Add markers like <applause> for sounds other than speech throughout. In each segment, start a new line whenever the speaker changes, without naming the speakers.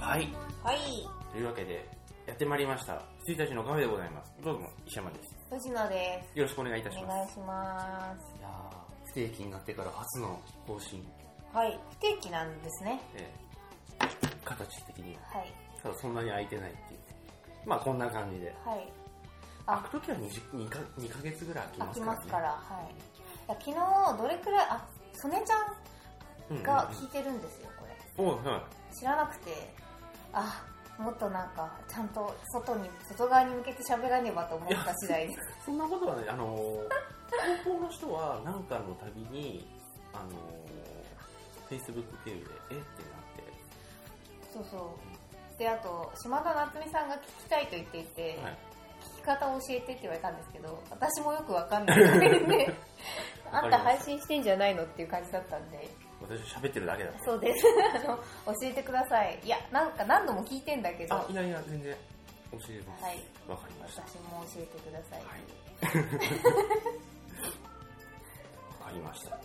はい。
はい、
というわけで、やってまいりました。1日のカフェでございます。どうも、石山です。
藤野で
よろしくお願いいた
す。
し
お
ま
願い
す。
します。
いやー不定期になってから初の更新、
はい、不定期なんですね。
えー形的に。
はい、
ただそんなに空いてないっていう。まあこんな感じで。
はい。
開
あ
くときは 2, 二か二ヶ月ぐらい空き
開
ます
き
から、
ま
ね。
すから、はい。いや昨日、どれくらい、あ、曽根ちゃ
うんうんん
が聞いてるんですよ、これ。
おうはい。
知らなくて、あ、もっとなんか、ちゃんと外に、外側に向けて喋らねばと思った次第です。
そんなことはね、あのー、高校の人はなんかのたびに、あのー、Facebook 経由で、えってな
そうそう。で、あと、島田夏美さんが聞きたいと言っていて、
って、はい。
聞き方を教えてって言われたんですけど、私もよくわか
<laughs>
んないので、ね、あんた配信してんじゃないのっていう感じだったんで、
私は喋ってるだけだと。
そうです。 <laughs> あの、教えてください。いや、なんか何度も聞いてんだけど、
あ
は、
いやいや、全然、教えます。
い。
わかりました。は
私も教えてください。
い。
<laughs>
わかりました。は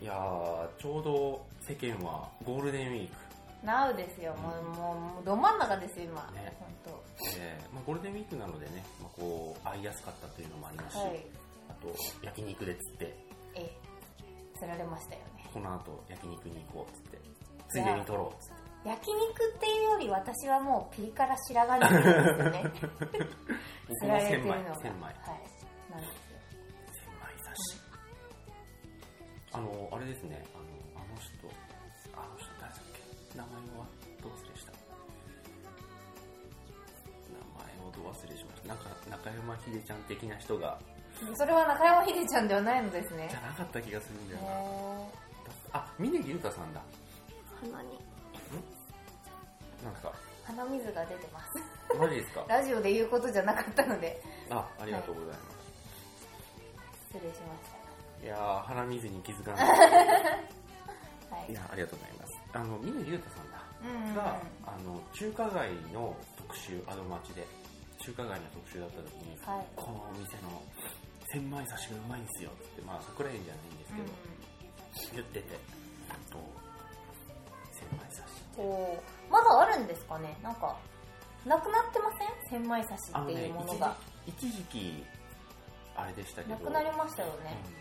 い。いやー、ちょうど世間はゴールデンウィーク。
なうですよ。もう、もう、もうど真ん中ですよ、今。
ね
本当
えーまあ、ゴールデンウィークなのでね、まあ、こう、会いやすかったというのもありますし、
はい。
あと、焼肉で釣って、
ええ、釣られましたよね。
この後焼肉に行こうっつってついでに撮ろうっつって
焼肉っていうより私はもうピリ辛白髪肉です
<laughs>
よね。
僕
釣
も
られて
千
るの
枚
が。
千枚
はい。なんですよ。
千枚だしあのあれですねあのあの人あの人誰だっけ名前はどう忘れした名前をどう忘れしましたなんか中山秀ちゃん的な人が
それは中山秀ちゃんではないのですね
じゃ。なかった気がするんだ
へ
よなあ峰木優太さんだ
鼻に
なんか
鼻水が出てます。 <laughs>
マジですか
ラジオで言うことじゃなかったので
あありがとうございます、
失礼しまし
い、やー鼻水に気づかない
た。はい。
いやありがとうございますあの峰木優太さんだ
うんうんうん。
が、あの中華街の特集アドマチで中華街の特集だった時に、
はい
このお店の千枚刺しがうまいんですよっつってまあ桜園じゃないんですけど、言っててあと千枚刺し
うん、こうまだあるんですかね。なんかなくなってません？千枚差し
あの
っていう
ね
ものが、
一時一時期あれでしたけど
なくなりましたよね。
うん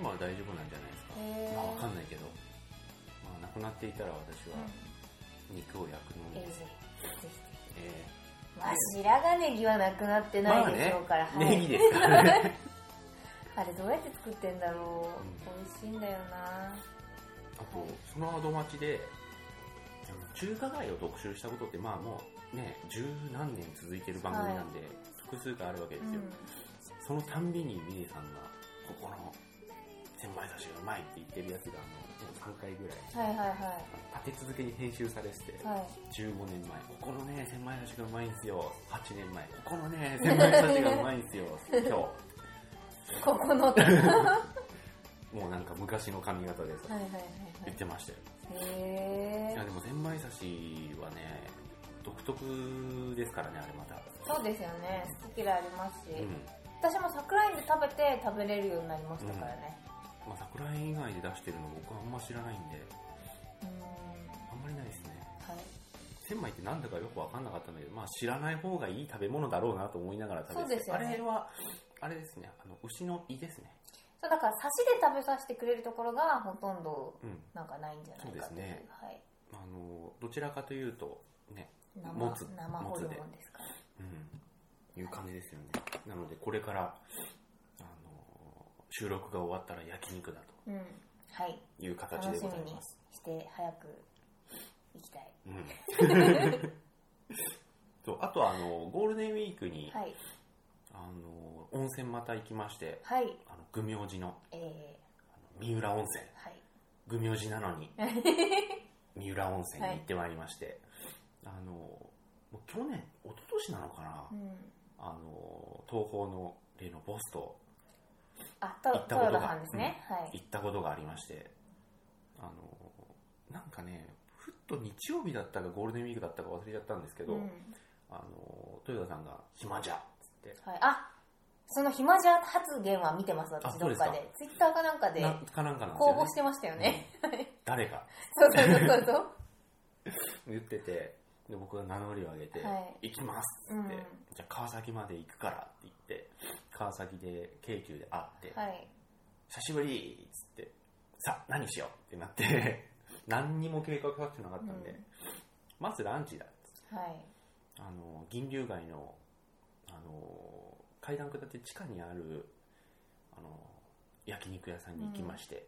今は大丈夫なんじゃないですか、
へー
まあわかんないけど、まあ、なくなっていたら私は肉を焼くの
え
に
え、ぜひぜ
え
ひまあ白髪ネギはなくなってないでしょうから。
ー
は
ネ
い
ギですからね
あれどうやって作ってんだろう。美味しいんだよな。
あと、そのアド待ちで、あの中華街を特集したことって、まあもうね、十何年続いてる番組なんで、複数回あるわけで
う
すよ。そ
ん。
のたんびにミネさんが、ここの、千枚刺しがうまいって言ってるやつが、あの、3回ぐらい、
はいはいは
立て続けに編集されてて、
いはい。
15年前、ここのね、千枚刺しがうまいんすよ。8年前、ここのね、千枚刺しがうまいんす
<laughs>
よ。今日、
こ
<laughs>
この。はいはい
もうなんか昔の髪型でさ、
はいはい。
言ってましたよ。
へ
い
え
や。でも千枚刺しはね独特ですからねあれまた
そうですよね。好き嫌いありますし、
うん、
私も桜園で食べて食べれるようになりましたからね。
まあ、桜園以外で出してるの僕はあんま知らないんで
うーん。
あんまりないですね
はい。
千枚ってなんだかよく分かんなかったんだけど、まあ、知らない方がいい食べ物だろうなと思いながら食べて
そうですよね
あれはあれですねあの牛の胃ですね
そうだから刺しで食べさせてくれるところがほとんど
うん
なんかないんじゃないかってい
そうですね
はい。
あのどちらかというとね
生
もつ
生ホルモンですから。
うんいう感じですよねなのでこれからあの収録が終わったら焼肉だ
うん。はい。
という形
楽
で
し
ご
み
ざい
に
ます
して早く行きたい。
うん <laughs> そうあとはあのゴールデンウィークに、
はい。
あの温泉また行きまして
はい。
あの群明寺の
えー、
あの三浦温泉
はい。
群明寺なの
<laughs>
に三浦温泉に行ってまいりまして、あのもう去年一昨年なのかな、
うん。
あの東宝の例のボスと
あ、と
行ったことが
豊田さんですね。はい。
行ったことがありましてあのなんかねふっと日曜日だったかゴールデンウィークだったか忘れちゃったんですけど、
うん。
あの豊田さんが「暇じゃ」っつって
はい、あその暇じゃ発言は見てます、
あ
私、
そう
ど
で
っ
すか
かで。ツイッターかなんかで
なかなんかなんです
公
よ
募
ね
し。てましたよね。 <laughs>
うん誰が
そうそうそうそう。
言ってて、で僕が名乗りを上げて、
は
行きます
うん
<laughs> っ。て、じゃあ川崎まで行くからって言って、川崎で京急で会って、
はい。
久しぶりっつって、さあ、何しようってなって、 <laughs> 何にも計画立ててなかったんで、
うん
まずランチだっつって
はい。
あの、銀龍街の、あの、階段下って地下にある、あの、焼肉屋さんに行きまして、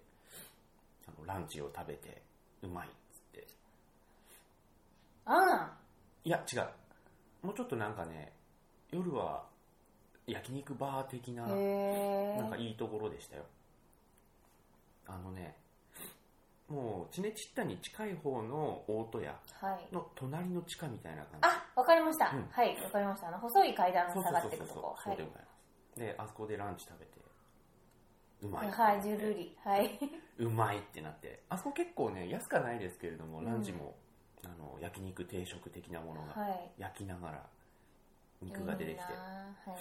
あのランチを食べて、うまいっつって。
あ
いや、違う。もうちょっとなんかね、夜は焼肉バー的な、
ん。へ
なんか
ー
いいところでしたよ。あのね、もう、チネチッタに近い方の大戸屋
はい。
の隣の地下みたいな感じ。
あ、わかりました。
うん
はい、わかりました。あの、細い階段
そう
下
そう
がって
そ
く
う
と
そう
こ。
そ
は
うで
い。
ございます。で、あそこでランチ食べて、うまい。
はい、ジュルリ。はい。
うまいってなって、あそこ結構ね、安くはないですけれども、
うん
ランチも、あの、焼肉定食的なものが、
はい。
焼きながら肉が出てきて、
いいなぁはい。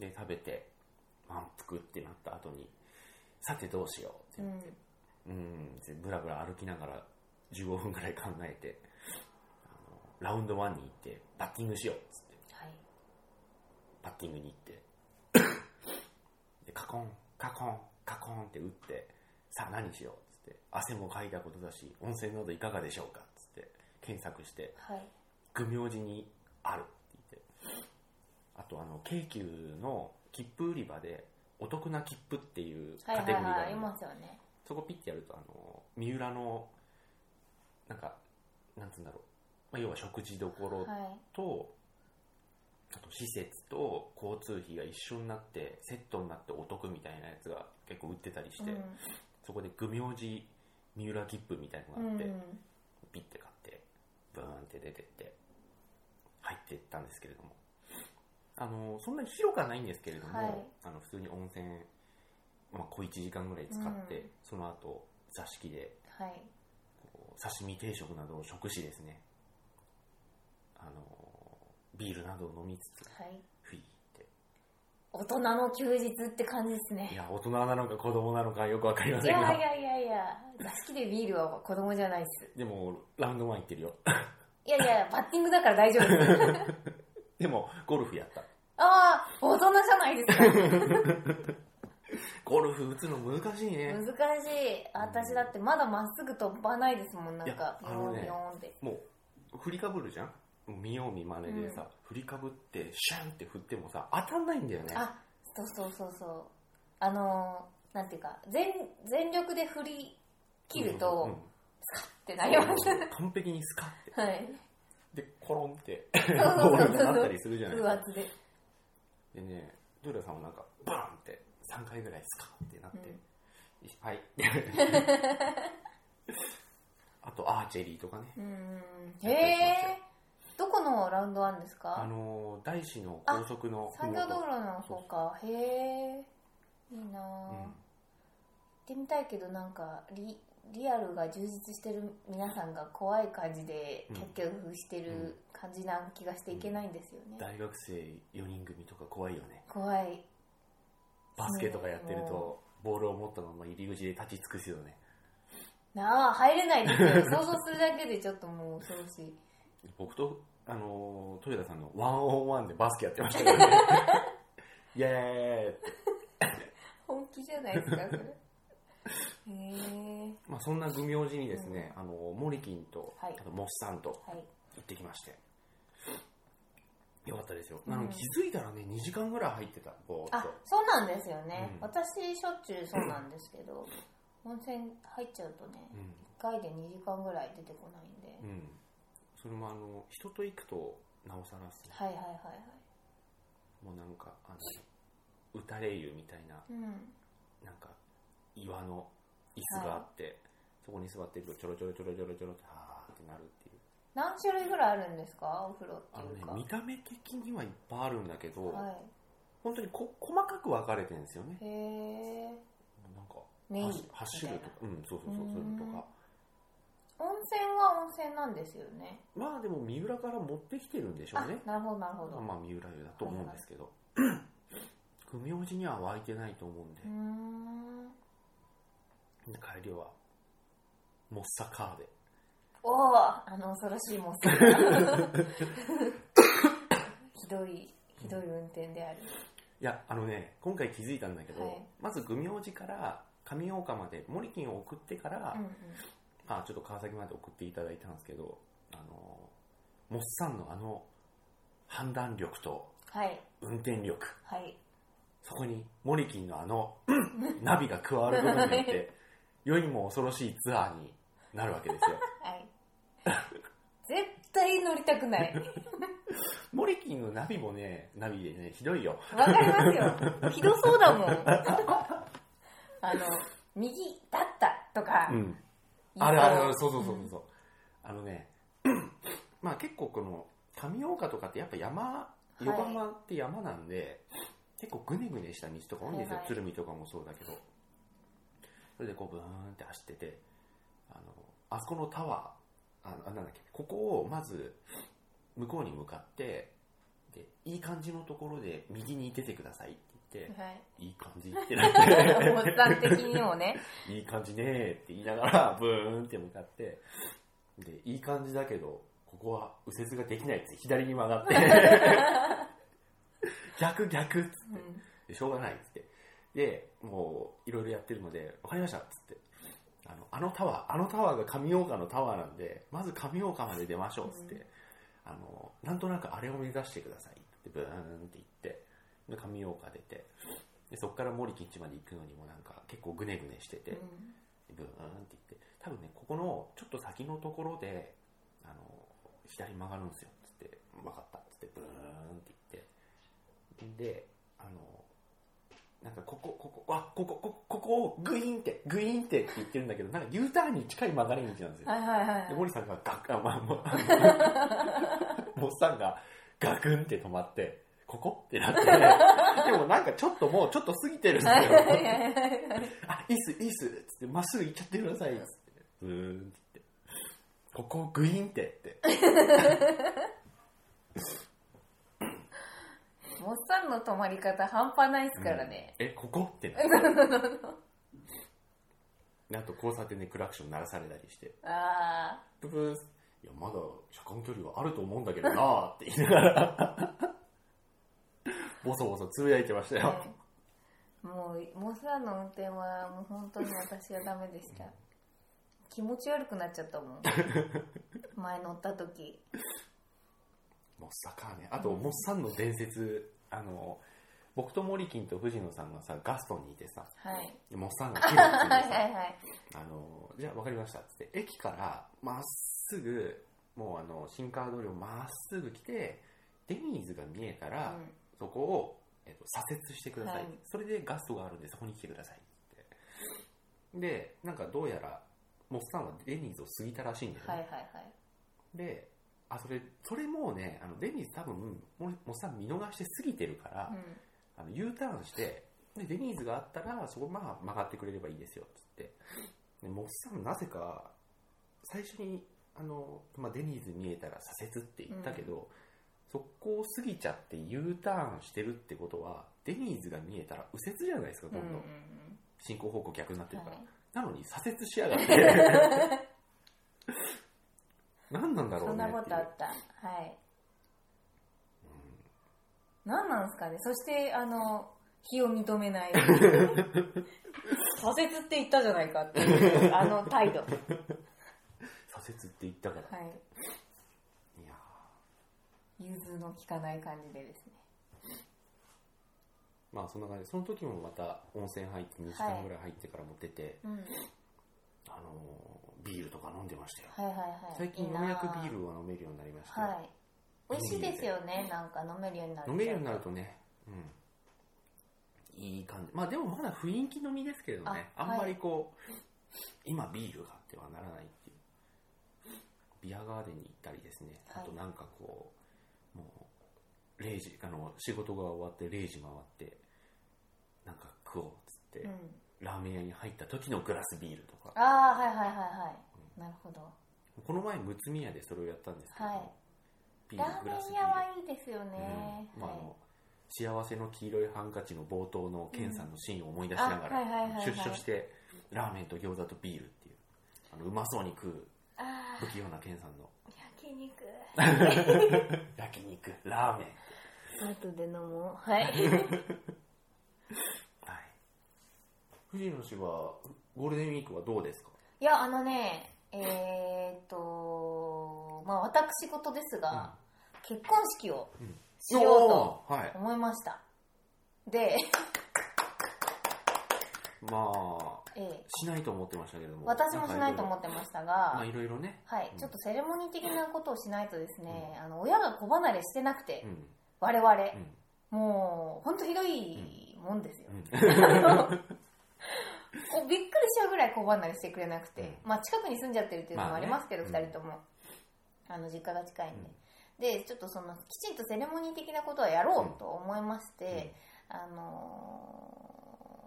で、食べて、満腹ってなった後に、さてどうしようって
う
なって
ん。
うん、でぶらぶら歩きながら15分くらい考えて、あのラウンド1に行って、バッティングしようっつって、
はい。
バッティングに行って、でカコン、カコン、カコンって打って、さあ何しようっつって、汗もかいたことだし、温泉濃度いかがでしょうかっつって、検索して、
はい。
愚明寺にあるって言って、あとあの、京急の切符売り場で、お得な切符っていう
は
カ
い
テゴリーがあ
は
る
いはい。い
んで
ますよね。
そこピッてやると、あの、三浦の、なんか、なんつうんだろう。まあ、要は食事どころ
はい。
と、あと施設と交通費が一緒になって、セットになってお得みたいなやつが結構売ってたりして、
う
そこで愚明寺三浦切符みたいなのが
ん。
あって、
うん。
ピッて買って、ブーンって出てって、入ってったんですけれども。あの、そんなに広くはないんですけれども、
はい
あの、普通に温泉、まあ、小1時間ぐらい使って、
うん
その後、座敷で、
はい。
こう刺身定食などを食しですね、あの、ビールなどを飲みつつ、
はい。
ふいって。
大人の休日って感じです
い
ね。
や、大人なのか子供なのかよくわかりま
い
せん
や
が
い、やいやいや、座敷でビールは子供じゃないっす。
でも、ラウンドワン行ってるよ。
いやいや、バッティングだから大丈夫 <laughs> です。
でも、ゴルフやった。
ああ、大人じゃないですか。
ゴルフ打つの難しいね。
難しい。私だってまだまっすぐ飛ばないですもん、なん
いや
か。ビ
あ
ヨ
の
ン
ね
ビヨンって。
もう振りかぶるじゃんもう見よう見まねでさ、
う
振りかぶってシャンって振ってもさ当たんないんだよね
あ、そうそうそうそう。あのー、なんていうか、全、全力で振り切る
うん
と
うん、
ってなりま
うん
す。
完璧にスカって
<laughs> はい。
でコロンって
そう
ボールに
そう
なっ
そ
た
う
りするじゃない
<laughs> 風圧で。
でねドゥーラさんはなんかバーンって3回ぐらいスカってなって、はい <laughs> あとアーチェリーとかね
うん。へえ。どこのラウンドワンです
あ
か
のー大師の高速の
産業
麓
道路の方か。へえ。いいな
うん
ぁ。行ってみたいけど、なんか、リ、リアルが充実してる皆さんが怖い感じで
うん、
キャッキャウフしてる感じな気がしていけないんですよね。
大学生4人組とか怖いよね
怖い。
バスケとかやってるとボールを持ったまま入り口で立ち尽くすよね
なあ、入れな
<laughs>
いですよ。想像するだけでちょっともう恐ろしい。
僕と、あのー、豊田さんのワンオンワンでバスケやってましたけ
<laughs>
どね。イェーイって
本気じゃないですか、それ。へえ。
まあそんな愚明寺にですね、あのー、モリキンと、
はい
あとモッサンと
はい。
行ってきまして。よかったですよ。
うん
なので気づいたらね、2時間ぐらい入ってた、ぼーっ
あ
と。、
そうなんですよね。
うん
私、しょっちゅうそうなんですけど、温泉入っちゃうとね、
う
1回で2時間ぐらい出てこないんで。
ん。うん。それもあの、人と行くと、なおさらっすね。
はいはいはいはい。
もうなんか、あの、打たれ湯みたいな、
うん。
なんか、岩の椅子があって、そこに座ってると、ちょろちょろちょろちょろちょろって、あーってなるっていう。
何種類ぐらいあるんですかお風呂
あ
っていうか。
のね、見た目的にはいっぱいあるんだけど、
は
本当にこ細かく分かれてるんですよね
い。。へえ。
なんか、
メインみたいな
8, 種類とか、うん、そうそうそう、
うーん
そういうのとか。
温泉は温泉なんですよね。
まあでも、三浦から持ってきてるんでしょ
あ
うね、。
なるほどなるほど。
まあ、三浦湯だと思うんですけど。 <clears throat> 組み明寺には湧いてないと思うんで
うー、ん。 <laughs>
で帰りは、モッサカーで。
おおおあの恐ろしいモンスター <laughs> ひどいひどい運転である
いや、あのね、今回気づいたんだけど、
はい
まず愚明寺から上大岡まで、モリキンを送ってから、
うんうん
あちょっと川崎まで送っていただいたんですけど、あの、モッサンのあの、判断力と
はい
運転力、
はい
そこにモリキンのあの、うんナビが加わることによ
<laughs>
って、世にも恐ろしいツアーになるわけですよ。
はい絶対乗りたくない
モリキンのナビもね、ナビでね、ひどいよ。
わかりますよひどそうだもんあの右だったとか、
うん。
言い
あ
そう
れあれそうそうそうそう、あのね <clears throat> まあ結構この上岡とかってやっぱ山
い
横浜って山なんで、結構グネグネした道とか多いんですよ、
はいはい
鶴見とかもそうだけどそれでこうブーンって走っててあのあそこのタワーああなんだっけここをまず向こうに向かってでいい感じのところで右に出てくださいって言
<laughs>
って、
はい
いい感じってなって
おっさん的にもね、
いい感じねーって言いながら、 <laughs> ブーンって向かって、で、いい感じだけど、ここは右折ができないっつって左に曲がって、 <laughs> 逆逆っつっ
うん
て、しょうがないっつって。で、もう、いろいろやってるので、わかりましたっつって。あの、あのタワー、あのタワーが上大岡のタワーなんで、まず上大岡まで出ましょうっつって、
うん
あの、なんとなくあれを目指してくださいって、ブーンって言って、で上大岡出て、でそこから森吉まで行くのにもなんか結構グネグネしてて、
うん
ブーンって言って多分ねここのちょっと先のところであの左曲がるんですよっつって分かったっつってブーンって言ってであのなんかここここあここここここをグイーンってグイーンってって言ってるんだけどなんか U ターンに近い曲がり道なんですよ
はいはいはい
で森さんがガクあまあもうあ <laughs> のモッさんがガクンって止まってここってなってでもなんかちょっともうちょっと過ぎてるんです
はい
よ
はいはいはい
あ、いいっす、いいっす、つって、まっすぐ行っちゃってください、つって。うーん、つって。ここをグイーンってって。
モッサンの止まり方半端ないですからね、
うんえ、ここってな
<laughs>
なんと交差点でクラクション鳴らされたりして、
あ
ブブーいや、まだ車間距離はあると思うんだけどなーって言いながら、ボソボソつぶやいてました
あ、
よ。
はい、もうモッサンの運転はもう本当に私はダメでした気持ち悪くなっちゃったもん前乗った時
モッサカーね。あと、モッサンの伝説、あの、僕とモリキンと藤野さんがさ、ガストンにいてさ、
はい
モッサンが切るっ
は
て言うんでさ
いはいはい
あのじゃあ分かりましたっつって駅からまっすぐもうあの新川通りをまっすぐ来てデニーズが見えたら、そこを、えっと、左折してください、
はい
それでガストがあるんでそこに来てくださいってでなんかどうやらモッサンはデニーズを過ぎたらしいんだよね、
はいはいはい
であそれそれもうねあのデニーズ多分モモッサン見逃して過ぎてるから、
う
あの U ターンしてでデニーズがあったらそこまあ曲がってくれればいいですよっつってでモッサンなぜか最初にあの、まあ、デニーズ見えたら左折って言ったけど、そこを過ぎちゃって U ターンしてるってことはデニーズが見えたら右折じゃないですか
ん
今
うんうん
度、進行方向逆になってるから、
はい
なのに左折しやがって
<laughs>
何なんだろ
そ
うんね
なこ
って
と
い
あ
う
ったはい何なんですかねそしてあの非を認めない
<laughs>
左折って言ったじゃないかっていうあの態度は
左折って言ったから、い、や
い融通の利かない感じでですね
ーまあそんな感じでその時もまた温泉入って2時間ぐらい入ってから持ってて、
うん
あのービールとか飲んでましたよ。
はいはいはい
最近
いい
よ
な
うやくビールを飲めるようになりまして、
はい美味しいですよねなんか飲めるようになると
飲めるようになるとね、うん、いい感じ。まあでもまだ雰囲気飲みですけれどね、
あ
あ
はい
んまりこう、今ビールがあってはならないっていう。ビアガーデンに行ったりですね、あ
はい
となんかこう、もう、0時、あの、仕事が終わって0時回って、なんか食おうっつって、
うん
ラーメン屋に入った時のグラスビールとか。
ああはいはいはいはいなるほど
この前、むつみ屋でそれをやったんですけど、
はい
ビ
ラーメン屋はいいですよね、
うんまああ
はい
の幸せの黄色いハンカチの冒頭のケンさんのシーンを思い出しながら、
うんあはいはいはいはい
出所してラーメンと餃子とビールっていうあのうまそうに食う
あ
不器用なケンさんの
焼肉
焼肉ラーメン
後で飲もうは
<laughs>
い
はい富士の市はゴールデンウィークはどうですか
いやあのねえー、っとまあ私事ですが、結婚式を
うん
しようと
おーはい
思いましたで、
まあ
えー
しないと思ってましたけれども
私もしないと思
て
ってました
まあ
が
いろいろね
はい
うん
ちょっとセレモニー的なことをしないとですね、あの親が子離れしてなくて、
うん
我々、
うん
もう本当ひどいもんですよ、
うん
あのこうびっくりしちゃうぐらい小離れしてくれなくて、まあ、近くに住んじゃってるっていうのもありますけど、
まあね
二2人とも、あの実家が近いんで、でちょっとそのきちんとセレモニー的なことはやろうと思いまして、あのー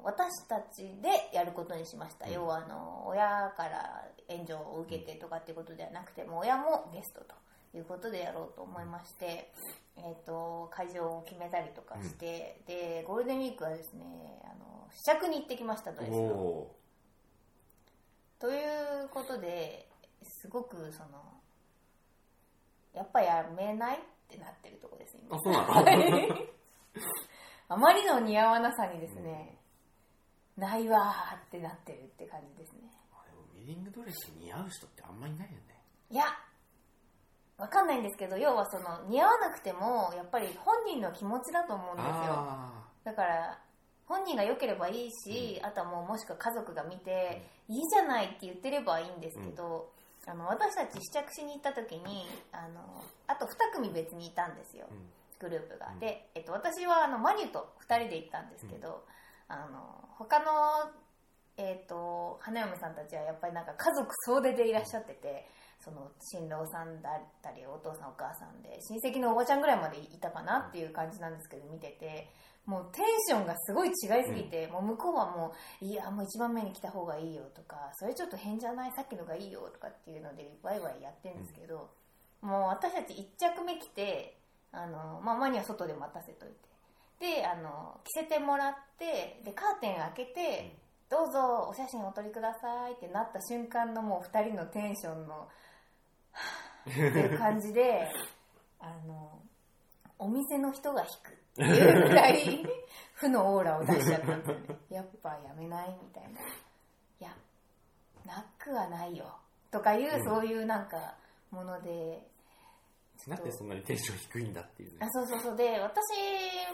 私たちでやることにしました、
うん
要はあの親から援助を受けてとかっていうことではなくてもう親もゲストということでやろうと思いまして、えー、と会場を決めたりとかして、でゴールデンウィークはですねあの試着に行ってきましたと
お
ですよ
お
ということですごくそのやっぱやめないってなってるとこです
ー
今
あそうなの
はい <laughs> あまりの似合わなさにですね、ないわーってなってるって感じですね
あでもウェディングドレス似合う人ってあんまいないよね
いやわかんないんですけど要はその似合わなくてもやっぱり本人の気持ちだと思うんですよ
あ
だから本人が良ければいいし、あとはもうもしくは家族が見て、いいじゃないって言ってればいいんですけど、あの私たち試着しに行った時にあのあと2組別にいたんですよ
あ、うん
グループが、
うん
で、えっと、私はあのマリュと2人で行ったんですけど、あの他の、えっと、花嫁さんたちはやっぱりなんか家族総出でいらっしゃっててその新郎さんだったりお父さんお母さんで親戚のおばちゃんぐらいまでいたかなっていう感じなんですけど見てて。もうテンションがすごい違いすぎて、もう向こうはもう「いやもう一番目に来た方がいいよ」とか「それちょっと変じゃないさっきのがいいよ」とかっていうのでワイワイやってるんですけど、もう私たち1着目着てあの、まあ、マニは外で待たせといてであの着せてもらってでカーテン開けて、どうぞお写真お撮りください」ってなった瞬間のもう2人のテンションのはぁっていう感じ <laughs> であのお店の人が引くっていうぐら <laughs> い負のオーラを出しちゃったんですよねやっぱやめないみたいないやなくはないよとかいう、
うん
そういうなんかもので
なんでそんなにテンション低いんだっていうね
あそうそうそうで私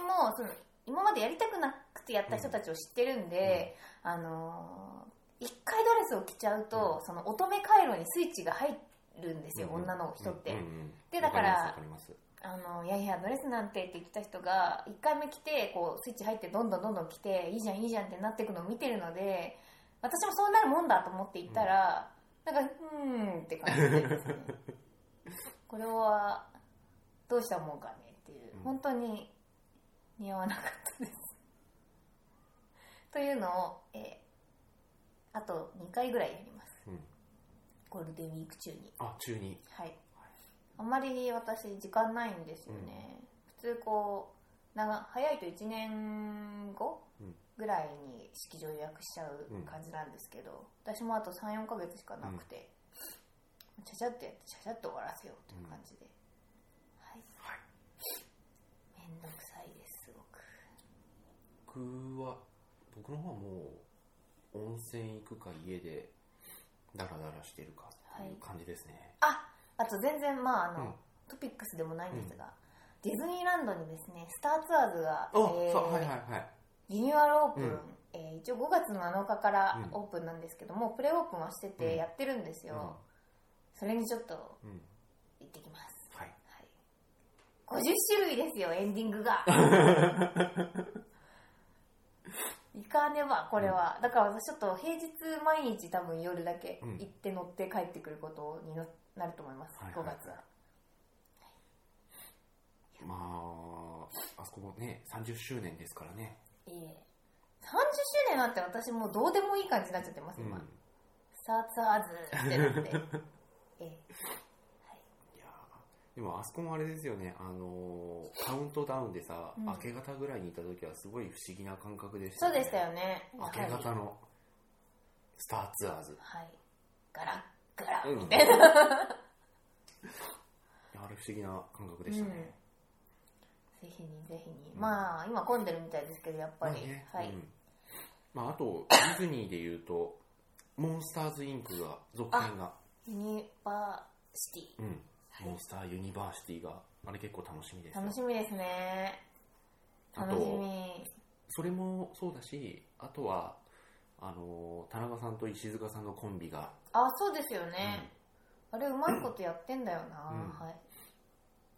もその今までやりたくなくてやった人たちを知ってるんで、あのー一回ドレスを着ちゃうと、その乙女回路にスイッチが入るんですよ、女の人って、
うんうんうん
でだから
わかりますわか
あのいやいやドレスなんてって言ってた人が1回目来てこうスイッチ入ってどんどんどんどん来ていいじゃんいいじゃんってなっていくのを見てるので私もそうなるもんだと思って行ったら、なんかうーんって感じですねこれはどうしたもんかねっていう
うん
本当に似合わなかったですというのを、えーあと2回ぐらいやります
りますうん
ゴールデンウィーク中に
あ中に
はい、あんまり私時間ないんですよね、普通こう長早いと1年後
うん
ぐらいに式場予約しちゃう感じなんですけど、私もあと34ヶ月しかなくて、ちゃちゃっとやってちゃちゃっと終わらせようという感じで、はい
はい
めんどくさいですすごく
僕は僕の方はもう温泉行くか家でダラダラしてるかっていう感じですね、
ああと全然まああの、
うん
トピックスでもないんですが、ディズニーランドにですねスターツアーズが、
あ、
えー
そうはいはいはい
リニューアルオープン、
うん
えー一応5月の7日から
うん
オープンなんですけども、プレオープンはして
う
て
ん
やってるんですよ、それにちょっと
うん、うん、
行ってきます、
はい
はい、50種類ですよエンディン
<laughs>
グが行かねばこれは、だから私ちょっと平日毎日多分夜だけ
うん
行って乗って帰ってくることになると思います、
はいはい
5月は
まああそこもね30周年ですからね
いえ30周年なんて私もうどうでもいい感じになっちゃってます
うんい
今、
や
スターツアーズってなって、
<laughs>
ええ
ーでもあそこもあれですよねあのーカウントダウンでさ、
うん
明け方ぐらいにいた時はすごい不思議な感覚でした、
そうでしたよね。
明け
やはり
方のスターツアーズ
はい。ガラグラ <laughs>
うん
みたいな、
いやあれ不思議な感覚でしたね。
ぜひにぜひに、
うん
まあ今混んでるみたいですけどやっぱり、
まあね
はい、
うんまあ、あと、ディズニーで言うと、モンスターズインクが、続編が、
ユニバーシティ
うん、
はい
モンスターユニバーシティが、あれ結構楽しみですよ。
楽しみですね
あ
楽し
と、
み
それもそうだし、あとは、あの、田中さんと石塚さんのコンビが、
あそうですよ
うん
ね、あれうまいことやってんだよな、
うん
はい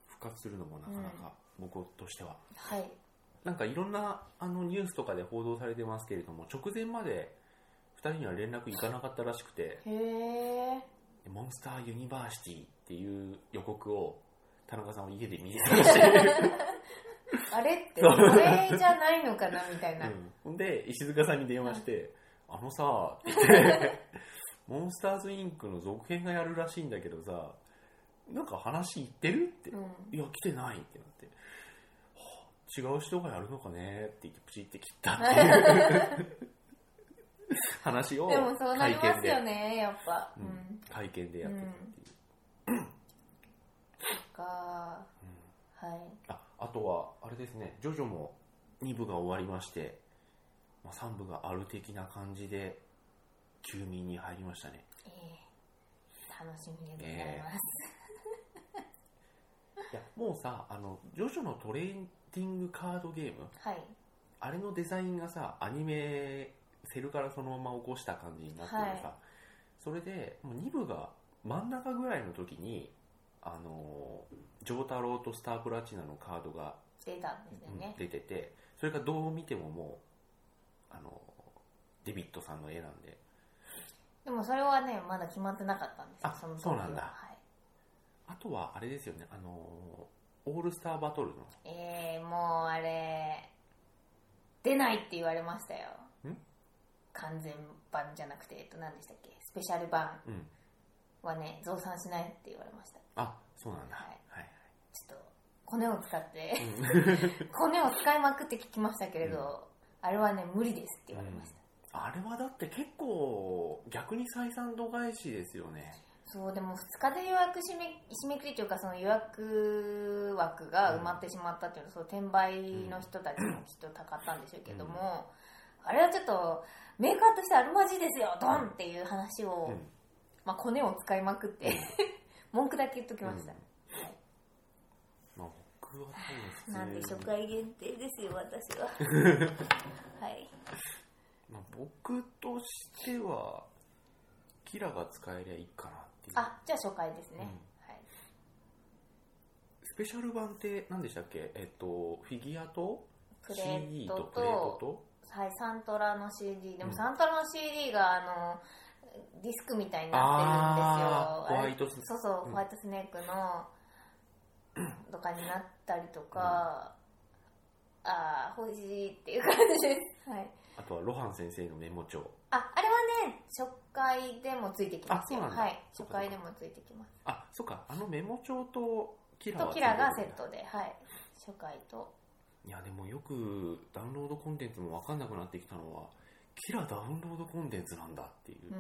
復活するのもなかなか、僕としては。
はい
なんかいろんなあのニュースとかで報道されてますけれども、直前まで2人には連絡いかなかったらしくて、
へえ
モンスターユニバーシティっていう予告を田中さんは家で見てたらしい、
あれって
そ
こ
う
れじゃないのかなみたいな、
うんほんで石塚さんに電話して「あのさ」って言って「モンスターズインクの続編がやるらしいんだけどさなんか話いってる?」って
うん
「いや来てない」ってなって「はあ違う人がやるのかね」って言ってプチって切ったっていう
<laughs>
話を
でもそうなりま
会見
す
で
よねやっぱ
う
うんん、
会見でやってたっていう、
か
うん
はい
ああとはあれですねジョジョも2部が終わりまして、まあ、3部がある的な感じで休眠に入りましたね
ええ楽しみでございます、
いやもうさあのジョジョのトレーディングカードゲーム
はい
あれのデザインがさアニメセルからそのまま起こした感じになってるさ、
は
それでもう2部が真ん中ぐらいの時にあのジョータロウとスタープラチナのカードが
出たんですよね、
出ててそれがどう見てももうあのデビットさんの絵なんで
でもそれはねまだ決まってなかったんですよ
あ
その時
そうなんだ
ははい
あとはあれですよねあのオールスターバトルの
えー、もうあれ出ないって言われましたよ
ん
完全版じゃなくて、えっと、何でしたっけスペシャル版
うん
はね増産しないって言われました
あそうなんだ
はい
はい
ちょっとコネを使っ
う <laughs>
て
ん
コネを使いまくって聞きましたけれど、あれはね無理ですって言われました、
あれはだって結構逆に採算度外視ですよね
そうでも2日で予約締め締め切りというかその予約枠が埋まってしまったというのは、その転売の人たちもきっとたかったんでしょうけども、あれはちょっとメーカーとしてあるまじいですよドンっていう話を、
うん
まあ、コネを使いまくって <laughs> 文句だけ言っときました、
うんまあ僕は多
なん
分
で
普通
初
に
回限定ですよ
<laughs>
私ははい
まあ、僕としてはキラが使えりゃいいかなっていう
あじゃあ初回ですね、
うん
はい、
スペシャル版って何でしたっけえっとフィギュアと
プレー
CD
ト
と
と
プレートと
はい、サントラの CD で
う
も
ん
サントラの CD があのディスクみたいに
あ
なっ
ーホワ
てるんですよ
イトス
そうそう、
うん
ホワイトスネークのとかになったりとか、ああ欲しいっていう感じです、はい、
あとはロハン先生のメモ帳
ああれはね初回でもついてきますよ
あそうなんだ
はい
そっ
初
かそっか
回でもついてきます
あそっかあのメモ帳とキラ
と
は
キラがセ
つい
ッ
てくる
トではい初回と
いやでもよくダウンロードコンテンツも分かんなくなってきたのはキラダウンロードコンテンツなんだっていう、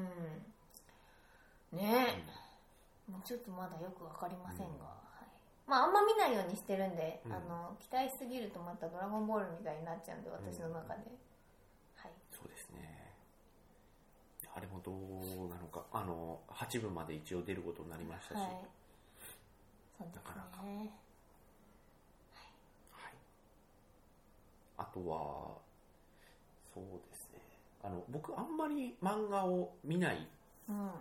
うんねえ、もうちょっとまだよくわかりませんが、
うん
はいまあ、あんま見ないようにしてるんで、
うん
あの期待しすぎるとまた「ドラゴンボール」みたいになっちゃうんで私の中で、はい
そうですねあれもどうなのかあの8部まで一応出ることになりましたし、
は
はい
いそうで
なかな
す
か
ね
あとはそうですねあの僕あんまり漫画を見ない
うん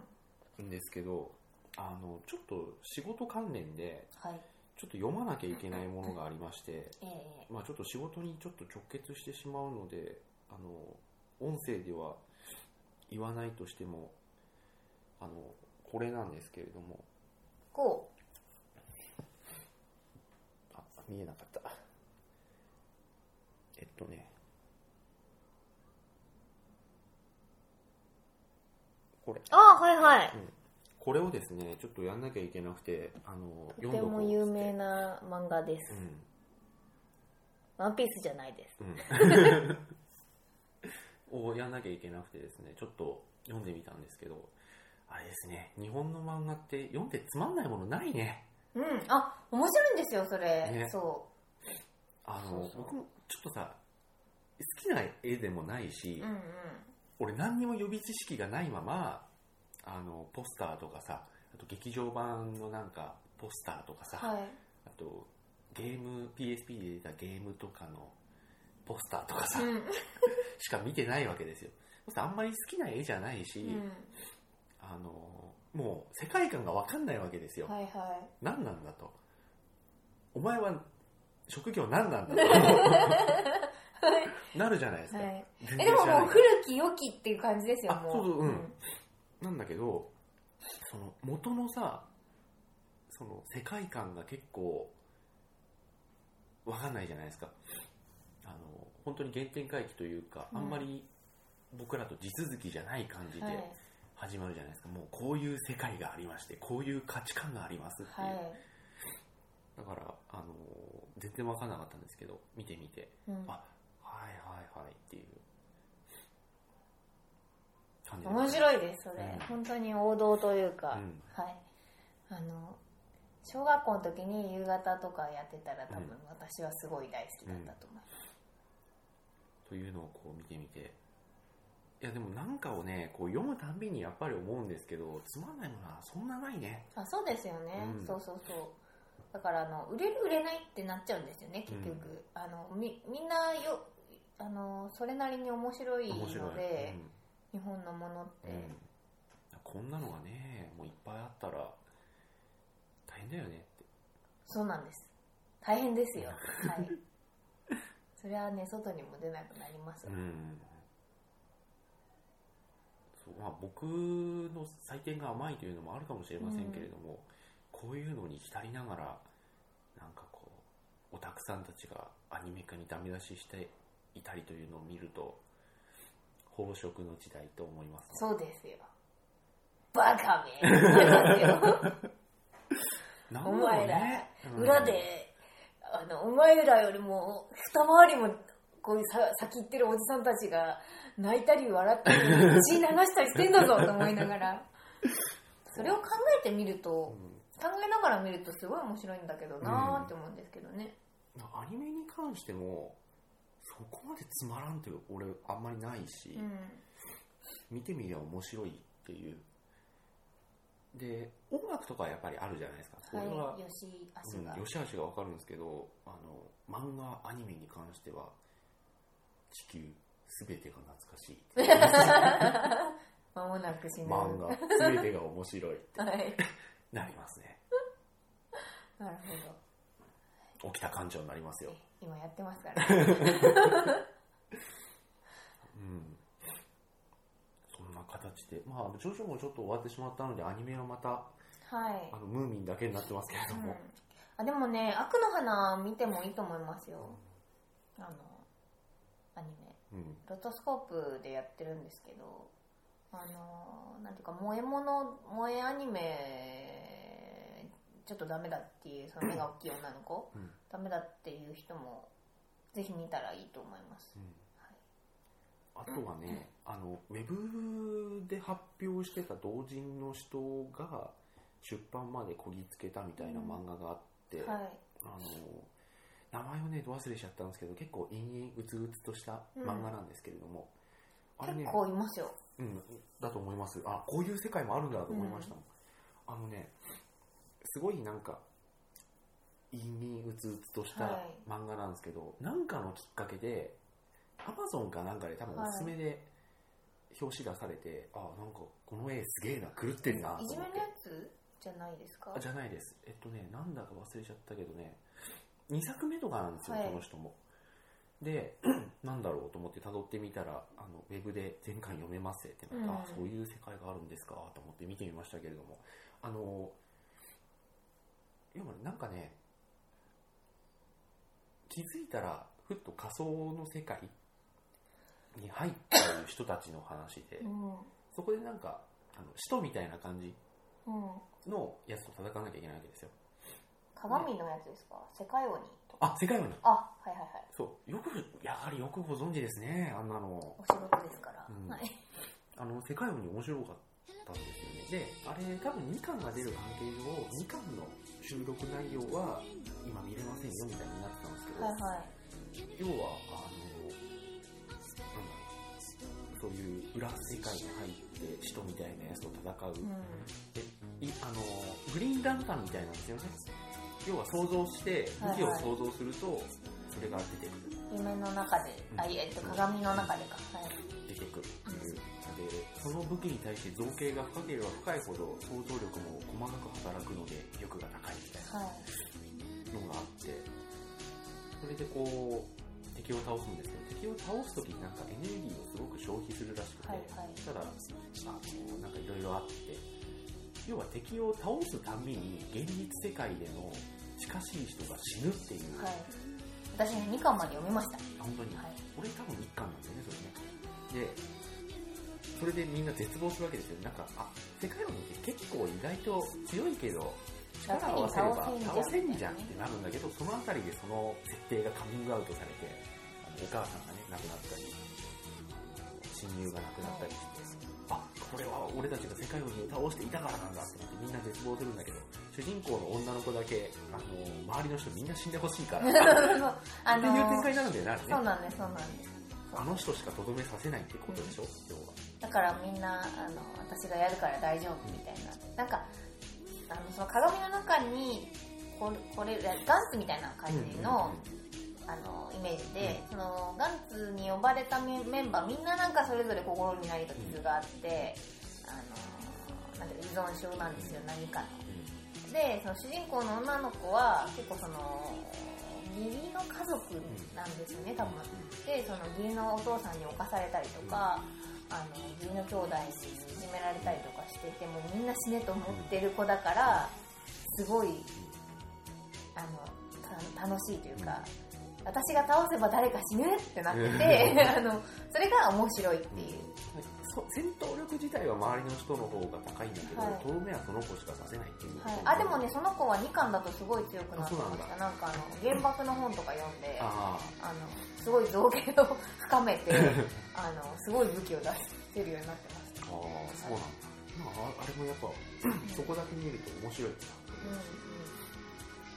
んですけどあのちょっと仕事関連で
はい
ちょっと読まなきゃいけないものがありまして、
ええ
まあ、ちょっと仕事にちょっと直結してしまうのであの音声では言わないとしてもあのこれなんですけれども
こう
あ見えなかったえっとねこれ
ああはいはい
これをですねちょっとやんなきゃいけなくてあの
とても
こう
有名な漫画で
う
す
ん
「ワンピースじゃないです
う
<laughs>
ん、をやんなきゃいけなくてですねちょっと読んでみたんですけどあれですね、日本の漫画って読んでつまんないものないね。
うんあ面白いんですよそれ、
ね
そ
あの、
そうそう
僕もちょっとさ、好きな絵でもないし、
ううんうん
俺何にも予備知識がないまま、あの、ポスターとかさ、あと劇場版のなんか、ポスターとかさ、
はい
あと、ゲーム、PSP で出たゲームとかのポスターとかさ、
うん
しか見てないわけですよ。そうするとあんまり好きな絵じゃないし、
うん
あの、もう世界観がわかんないわけですよ。
はいは
何なんだと。お前は職業何なんだと。なるじゃないです
い
か。
は
全
いえ
然
で
知
も
らな
もう
い
古き良きっていう感じですよ
あ
もう
そうそううん
ん
なんだけど、その元のさ、その世界観が結構わかんないじゃないですか。あの、本当に原点回帰というか、
うん
あんまり僕らと地続きじゃない感じで
はい
始まるじゃないですか。もうこういう世界がありまして、こういう価値観がありますっていう。
は
だから、あの、全然わかんなかったんですけど、見てみて、
い、うん
あ、はいはいはいっていう感じで
面白いですそれ、
うん
本当に王道というか、
うん
はいあの小学校の時に夕方とかやってたら多分
うん
私はすごい大好きだったと思います、
というのをこう見てみていやでもなんかをねこう読むたんびにやっぱり思うんですけどつまんないものはそんなないね
あそうですよね、
うん
そうそうそうだからあの売れる売れないってなっちゃうんですよね結局、
うん
あのみみんなよあのそれなりに面白い
面白い
ので日本のものって、
うんうんこんなのがねもういっぱいあったら大変だよねって
そうなんです大変ですよはいそれはね外にも出なくなります
う
わ、
んそうまあ、僕の採点が甘いというのもあるかもしれませんけれども、こういうのに浸りながらなんかこうオタクさんたちがアニメ化にダメ出ししていたりというのを見ると飽食の時代と思います
そうですよバカめってなりますよ
なんだ
お
ろう
前ら、
ねうん
裏で、あの、お前らよりも、二回りも、こういうさ先行ってるおじさんたちが、泣いたり笑ったり、血流したりしてんだぞと思いながら。それを考えてみると、
う
考
ん
えながら見るとすごい面白いんだけどなーって思うんですけどね。
アニメに関してもそこまでつまらんという俺あんまりないし、
うん。
見てみりゃ面白いっていうで音楽とかはやっぱりあるじゃないですかそれは、
はい、吉井足が。
う
<laughs>
ん、よしあしが分かるんですけどあの漫画アニメに関しては地球すべてが懐かしい
まもなく死ぬ。
漫
は
画すべてが面白いって
い。
なります <laughs> ね
なるほど。
起きた感情になりますよ
今やってますから、ね。
うんそんな形でまあ徐々もちょっと終わってしまったのでアニメはまた
はい
あ。のムーミンだけになってますけれど
うん
も、
あでもね「悪の花」見てもいいと思いますよあのアニメ
うん
ロトスコープでやってるんですけどあのなんていうか萌え物萌えアニメちょっとダメだっていうその目が大きい女の子、
うん
ダメだっていう人もぜひ見たらいいと思います、
あとはね、あのウェブで発表してた同人の人が出版までこぎつけたみたいな漫画があって、
はい
あの名前をねど忘れしちゃったんですけど結構陰々うつうつとした漫画なんですけれども、あれね
結構いますよ
うん、だと思いますあこういう世界もあるんだと思いましたもん、あのねすごいなんか陰々うつうつとした
はい
漫画なんですけど、なんかのきっかけでアマゾンかなんかで多分おすすめで表紙出されて、あなんかこの絵すげえな狂ってんなと
いじ
思っ
めの
て
やつじゃないですか
あじゃないですえっとねなんだか忘れちゃったけどね2作目とかなんですよ、
はい
この人もで <clears throat> なんだろうと思って辿ってみたらあのウェブで全巻読めますってなって、
うん
あそういう世界があるんですかと思って見てみましたけれどもあの要はなんかね気づいたらふっと仮想の世界に入っている人たちの話で
うん
そこでなんかあの使徒みたいな感じ
うん
のやつと戦わなきゃいけないわけですよ
鏡のやつですか世界鬼とか
あ世界に
あはいはいはい
そうよくやはりよくご存知ですねあんなの
お仕事ですから、
うん
はい
あの世界に面白かったんですよねであれ多分2巻が出る関係上2巻の収録内容は今見れませんよみたいになってたんですけど、
はいはい
要はあのなんだろうそういう裏世界に入って使徒みたいなやつと戦う、
う
で
ん
いあのグリーンランタンみたいなんですよね要は想像して武器を想像するとそれが出てくる、
夢の中で、あ、
うん
いやえっと、鏡の中でか。はい。
出てくるっていうでその武器に対して造形が深ければ深いほど想像力も細かく働くので力が高いみたいな
はい。
のがあってそれでこう敵を倒すんですけど敵を倒す時になんかエネルギーをすごく消費するらしくて、
はいはい
ただあのなんかいろいろあって要は敵を倒すたんびに現実世界での近しい人が死ぬっていう、
はい。私ね、2巻まで読みました。
本当に、
はい
俺多分1巻なんだよねそれねでそれでみんな絶望するわけですよなんかあ世界論って結構意外と強いけど力を合わせれば倒せんじゃんってなるんだけどその辺りでその設定がカミングアウトされてあのお母さんがね亡くなったり親友が亡くなったりして、あこれは俺たちが世界鬼を倒していたからなんだってみんな絶望するんだけど主人公の女の子だけあの周りの人みんな死んでほしいからって
あ
いう展
の
開になるんだよねあれね
そうなんです、そうなんです。
あの人しかとどめさせないってことでしょ、要は。
だからみんな、あの、私がやるから大丈夫みたいな。なんか、あの、その鏡の中に、これ、これ、ガンツみたいな感じの、あの、イメージで、その、ガンツに呼ばれたメメンバー、みんななんかそれぞれ心に何か傷があって、あの、なんていうか依存症なんですよ、何かの。
う
でその主人公の女の子は結構その義理の家族なんですよね多分でその義理のお父さんに侵されたりとか、あの義理の兄弟にいじめられたりとかしててもうみんな死ねと思ってる子だからすごいあのた楽しいというか、私が倒せば誰か死ぬってなってて <laughs> あのそれが面白いっていう、
そ戦闘力自体は周りの人の方が高いんだけど、
はい
とどめはその子しかさせないっていうこと
はい
に、
あでもねその子は2巻だとすごい強くなってま
あそう
し
な
た
ん
なんかあの原爆の本とか読んで
あ
あのすごい造形を深め
<laughs>
てあのすごい武器を出せるようになってまし
あ、ああ
た、
そうなんだ。まあ、ああれもやっぱ、そこだけ見ると面白いな。
うんうん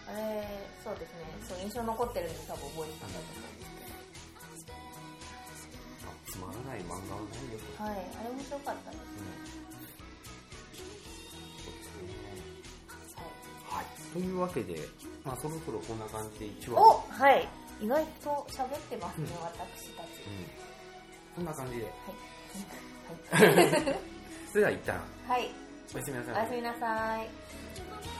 あれそうですねそう印象残ってるんで多分覚えてたんだと思うんです
あつまらない漫画はないよ。
けどはいあれ面白かったで
う
す、
ん。そうですね。
はい、
はい。というわけで、まあ、そろそろこんな感じで一話。
おはい意外と喋ってますね、
うん
私たち
うん。こんな感じで。
はい、
それでは一旦、
<laughs> はい、
おやすみなさい。
おやすみ
「君の声
なさい
が聞こえてる」